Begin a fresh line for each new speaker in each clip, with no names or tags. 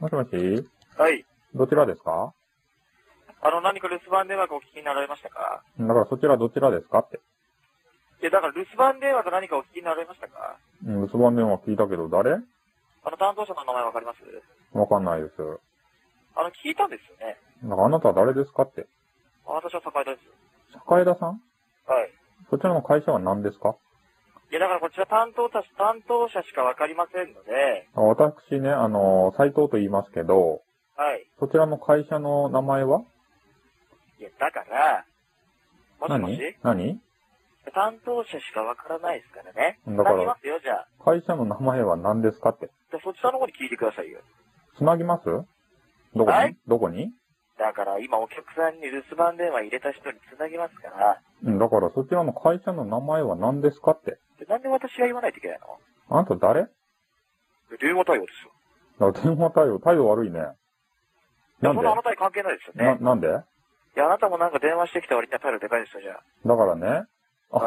もしもし
はい。
どちらですか
あの、何か留守番電話がお聞きになられましたか
だからそちらどちらですかって。
いや、だから留守番電話が何かお聞きになられましたか
うん、留守番電話聞いたけど誰
あの、担当者の名前わかります
わかんないです。
あの、聞いたんですよね。
だからあなたは誰ですかって。
あ私は坂井です。
坂枝さん
はい。
そちらの会社は何ですか
いや、だからこちら担当者、担当者しかわかりませんので、
あ私ね、あの、斎藤と言いますけど、
はい。
そちらの会社の名前はい
や、だから、もしもし
何
担当者しかわからないですからね。
何だか
なりま
ら、
すよ、じゃあ。
会社の名前は何ですかって。
じゃあそちらの方に聞いてくださいよ。
つなぎますどこに、
はい
どこに
だから、今お客さんに留守番電話入れた人に繋ぎますから、
うん、だからそちらの会社の名前は何ですかって。
でなんで私が言わないといけないの
あなた誰だ
電話対応ですよ。
から電話対応、態度悪いね。
い
な
や、
んで
そんなあなたに関係ないですよ
な
ね。
なんで
いや、あなたもなんか電話してきた割には態度でかいですよ、じゃあ。
だからね、
はい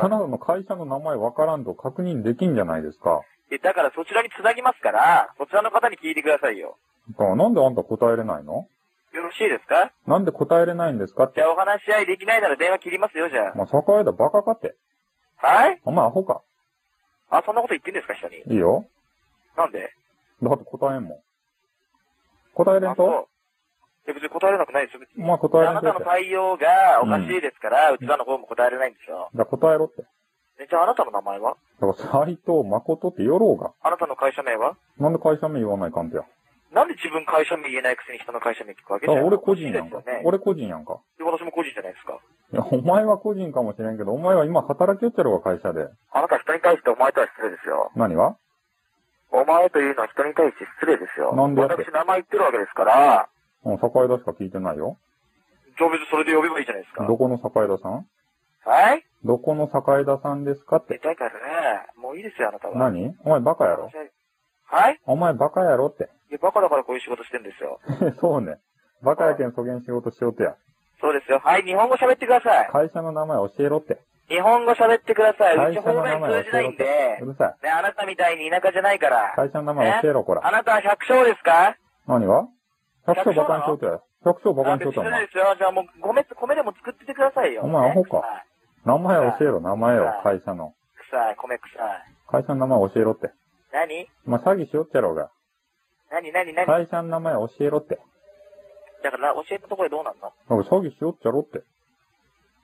あなたの会社の名前わからんと確認できんじゃないですか。
え、だからそちらに繋ぎますから、そちらの方に聞いてくださいよ。
だからなんであんた答えれないの
よろしいですか
なんで答えれないんですかっ
じ
て
ゃ。あお話し合いできないなら電話切りますよ、じゃ
まあ、坂枝バカかって。
あ。はい
お前アホか。
あ、そんなこと言ってんですか、人に。
いいよ。
なんで
だって答えんもん。答えれん
あ、
と
そう。いや、別に答えれなくないですよ、別に。
まあ答え
あ
れん
な
と
た
って。
の
じゃ
対応がおかしいですから、うちらの方も答えれないんですよ。
あ答えろって。
え、じゃああなたの名前は
だから斎藤誠ってよろうが。
あなたの会社名は
なんで会社名言わないかんとや。
なんで自分会社名言えないくせに人の会社名聞くわけ
だか
じゃん。
ら俺個人やんか
おかしいですよ。ね
俺個人やんか。
で私も個人じゃないですか。
いや、お前は個人かもしれんけど、お前は今働きよっちゃろうが会社で。
あなた人に対してお前とは失礼ですよ。
何が
お前というのは人に対して失礼ですよ。
なんでだって
私名前言ってるわけですから、
うん、坂枝しか聞いてないよ。
じゃあ別にそれで呼べばいいじゃないですか。
どこの坂枝さん
はい
どこの坂枝さんですかって
え。だからね、もういいですよ、あなたは。
何お前バカやろ
はい
お前バカやろって。
いや、バカだからこういう仕事してんですよ。
そうね。バカやけんそげん仕事しようとや。
そうですよ。はい、日本語喋ってください。
会社の名前教えろって。
日本語喋ってください。う
会
ち
社
方
の名
言
前
通じ
教え
ない
ろ
ん
って
で、。
う
ね、
るさい。
あなたみたいに田舎じゃないから。
会社の名前教えろ、こら。
あなたは百姓ですか
何が百姓バカにしようとや。百姓バカにしようとや、お
あ別に失礼
前。
ですよ。じゃあもう、米、米でも作っててくださいよ。
お前アホか名前教えろ、名前
は
を
い。
会社の。
臭い、米臭い。
会社の名前教えろって。
何
まあ、詐欺しよっちゃろうが。
何何何、
会社の名前教えろって。
だから教えたところでどうなんの
なんか詐欺しよっちゃろって。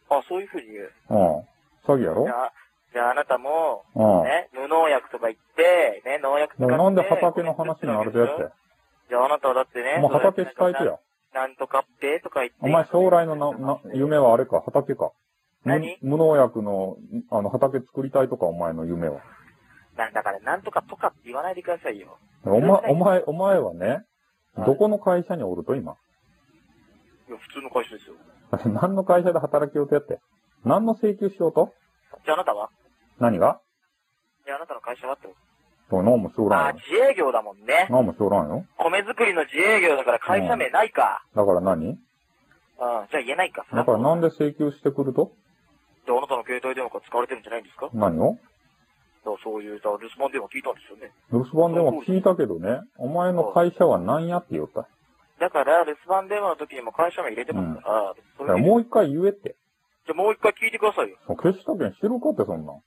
あ、そういうふうに言う。
うん。詐欺やろ
じゃあ、じゃああなたも、
うん。
ね、無農薬とか言って、ね、農薬と
で
か
もなんで畑の話になるとやって。
じゃああなたはだってね、
もう畑使い
と
とや。。
なんとかってとか言って。
お前将来のな、な、夢はあれか、畑か。む
何
無農薬の、あの、畑作りたいとか、お前の夢は。
なんだから、なんとかとかって言わないでくださいよ。
お
作り
前
た、い
お前、お前はね、
はい
どこの会社におると、今。
いや、普通の会社ですよ。
何の会社で働きようとやって。何の請求しようと
じゃああなたは
何が
じゃああなたの会社はってこ
おい何もしょう
と
ら
あ、
んよ。
自営業だもんね。
何もしょうらんよ。
米作りの自営業だから会社名ないか。
だから何
うん、じゃあ言えないか。
だからなん
で
で請求してくると
あなたの携帯電話が使われてるんじゃないんですかだか
何を
らそういう、だから留守番電話聞いたんですよね。
留守番電話聞いたけどね、お前の会社は何やって言おった。
だから、留守番電話の時にも会社名入れてますから、そ
だか
れ
ら
で
もう一回言えって。
じゃあもう一回聞いてくださいよ。
もう消したけん知るかって、そんなん。
は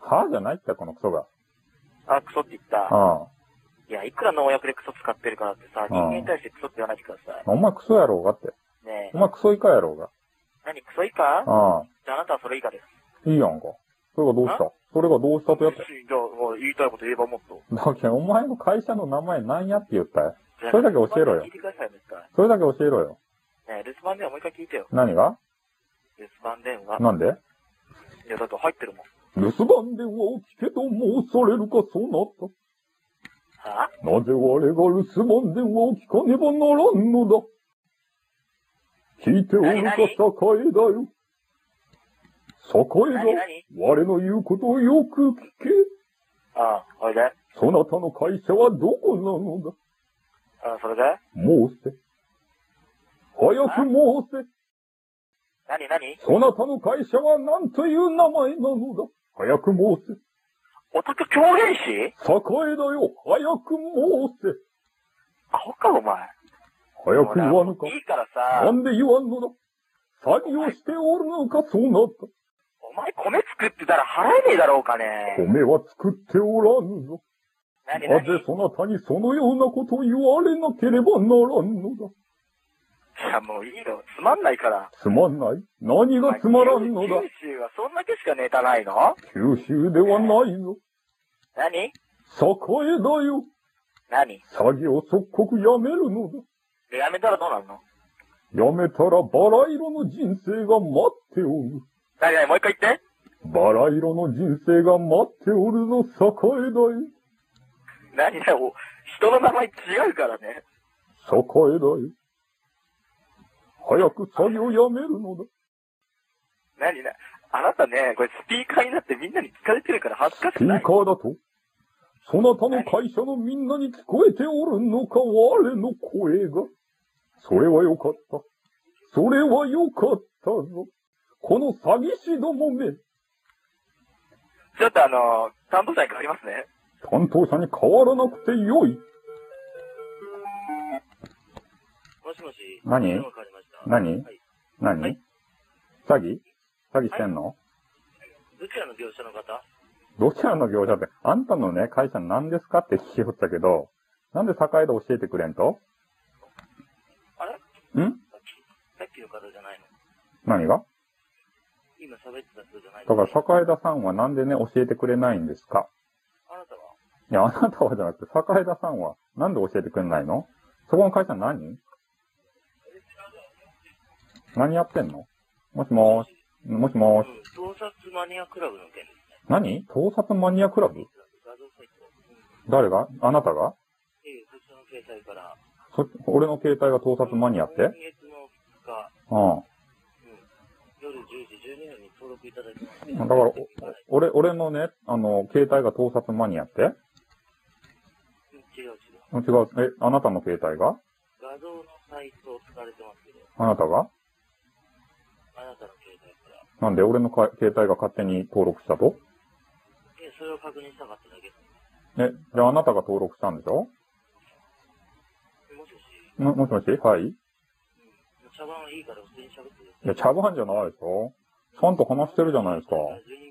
はぁじゃないって、このクソが。
あ、クソって言った。
ああ。
いや、いくら農薬でクソ使ってるからってさ、人間に対してクソって言わないでくださ
お前クソやろうがって。
い。ねえ
お。前クソ以下やろうが。
何、クソ以下
あ
じゃああなたはそれ以下です。
あ。いいやんか。それがどうしたそれがどうしたとやっ
別
て。
にじゃあ、もう言いたいこと言えばもっと。
だけどお前の会社の名前なんやって言ったよ。
じゃあ
それだけ教えろよ
聞いてくださいよ、もう一回。
それだけ教えろよ。
ねえ、留守番電話もう一回聞いてよ。
何が
留守番電話。
なんで
いや、だって入ってるもん。
留守番電話を聞けと申されるか、そうなった。
は
なぜ我が留守番電話を聞かねばならんのだ。聞いておるか、
何
栄だよ。栄だ。
何何
我の言うことをよく聞け。
ああ、おいで。あ
そなたの会社はどこなのだ
あ、それで
申せ。早く申
何何
せ。そなたの会社は何という名前なのだ早く申せ。
オタク狂言師
栄だよ。早く申せ。
アホか、お前。
早く言わぬか
ほらもう。いいから
な
さ、
んで言わんのだ詐欺をしておるのか、そうなった。
お前米作ってたら払えねえだろうかね。
米は作っておらぬぞ。
なにな
な
に
ぜそなたにそのようなことを言われなければならんのだ。
いや、もういいよ。つまんないから。
つまんない何がつまらんのだ
九州はそんだけしかネタないの
九州ではないぞ。
何
栄だよ。
何
詐欺を即刻やめるのだ。
でやめたらどうなるの
やめたらバラ色の人生が待っておる。
何何もう一回言って。
バラ色の人生が待っておるぞ、栄だよ。
何だよ。人の名前違うからね。
栄だよ。早く詐欺をやめるのだ。
何な、あなたね、これスピーカーになってみんなに聞かれてるから恥ずかし
ス
く
ピ
な
ー
い。
カーだとそなたの会社のみんなに聞こえておるのか、我の声が。それはよかった。それはよかったぞ。この詐欺師どもめ、
ちょっとあのー、担当者に変わりますね。
担当者に変わらなくてよい。
もしもし。
何
電話変わりました
何
はい
何、
はい
詐欺詐欺してんの、
どちらの業者の方
どちらの業者って、あんたのね、会社何ですかって聞きよったけど、なんで栄えで教えてくれんと
あれ
ん
さっきの方じゃないの
何が
今喋ってた人じゃない
だ
の
から、栄田さんはなんでね、教えてくれないんですか
あなたはい
や、あなたはじゃなくて、栄田さんは、なんで教えてくれないのそこの会社何何やってんのもしもーし、もしもーし、
うん、盗撮マニアクラブの件ですね。
何盗撮マニアクラブ
画像サイト。う
誰
ん。
があなたが
ええ、そちらの携帯から。
そ、俺の携帯が盗撮マニアって
今月の
う
2日、
ん。
夜10時12分に登録いただきました。
だから、お俺、俺のね、あの、携帯が盗撮マニアって
うん違う違う。
違う、え、あなたの携帯が
画像のサイトを使われてますけど、
あなたが
あなたの携帯から。
なんで俺のか携帯が勝手に登録したと
ええ、それを確認したかっただけです。
え、じゃああなたが登録したんでしょ
もしもし、
んもしもしはいい
うん、茶番はいいから普通に喋ってください。
や、茶番じゃないでしょちゃんと話してるじゃないですか。
12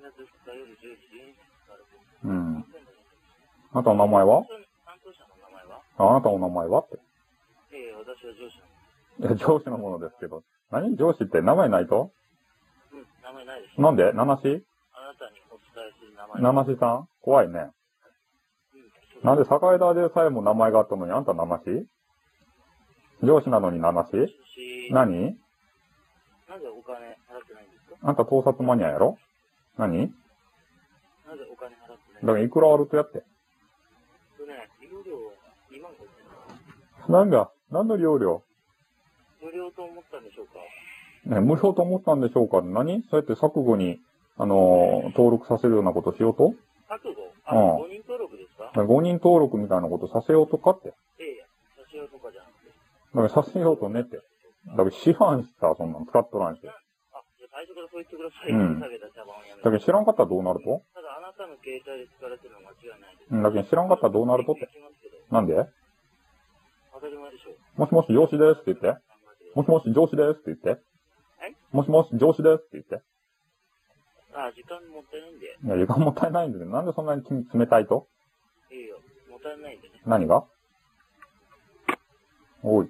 月2日夜10時12分から登録
うん。あなたの名前は
担当者の名前は
ああなたの名前はって。
ええ、私は上司の。
いや上司のものですけど。何上司って名前ないと
うん、名前ないです。
なんで七し
あなたにお伝えする名前。
七しさん怖いね。
うん
なんで栄田でさえも名前があったのにあんた七し上司なのに七
も
し
しもしな
何
なぜお金払ってないんですか
あんた盗撮マニアやろ何
なぜお金払ってない
だからいくらあるとやって。
とね、利用料は2万5千円。
なんだ何の料料
無料と思ったんでしょうか
ね、無料と思ったんでしょうか何そうやって錯誤に、あのー登録させるようなことしようと
覚悟あ、
うん
5人登録ですか
だから ?5 人登録みたいなことさせようとかって。
ええ、差し用とかじゃなくて。
だからさせようとねって。だから市販したそんなん使っとらんし。だ
あ、じゃあ最初からそう言ってください。
うん
下げた茶番をやめ
けど知らんかったらどうなると
ただあなたの携帯で使われてるのは間違いないです。
うんだけど知らんかったらどうなるとって
聞きますけど
なんで
当たり前でしょう。
もしもし上司ですって言って。
考えてくだ
もしもし上司ですって言って。もしもし上司ですって言って。
さいあ、時間もったいないんで。
いや、時間もったいないんですよ。なんでそんなに君冷たいと
いいよ。もったいないんでね。
何がおい。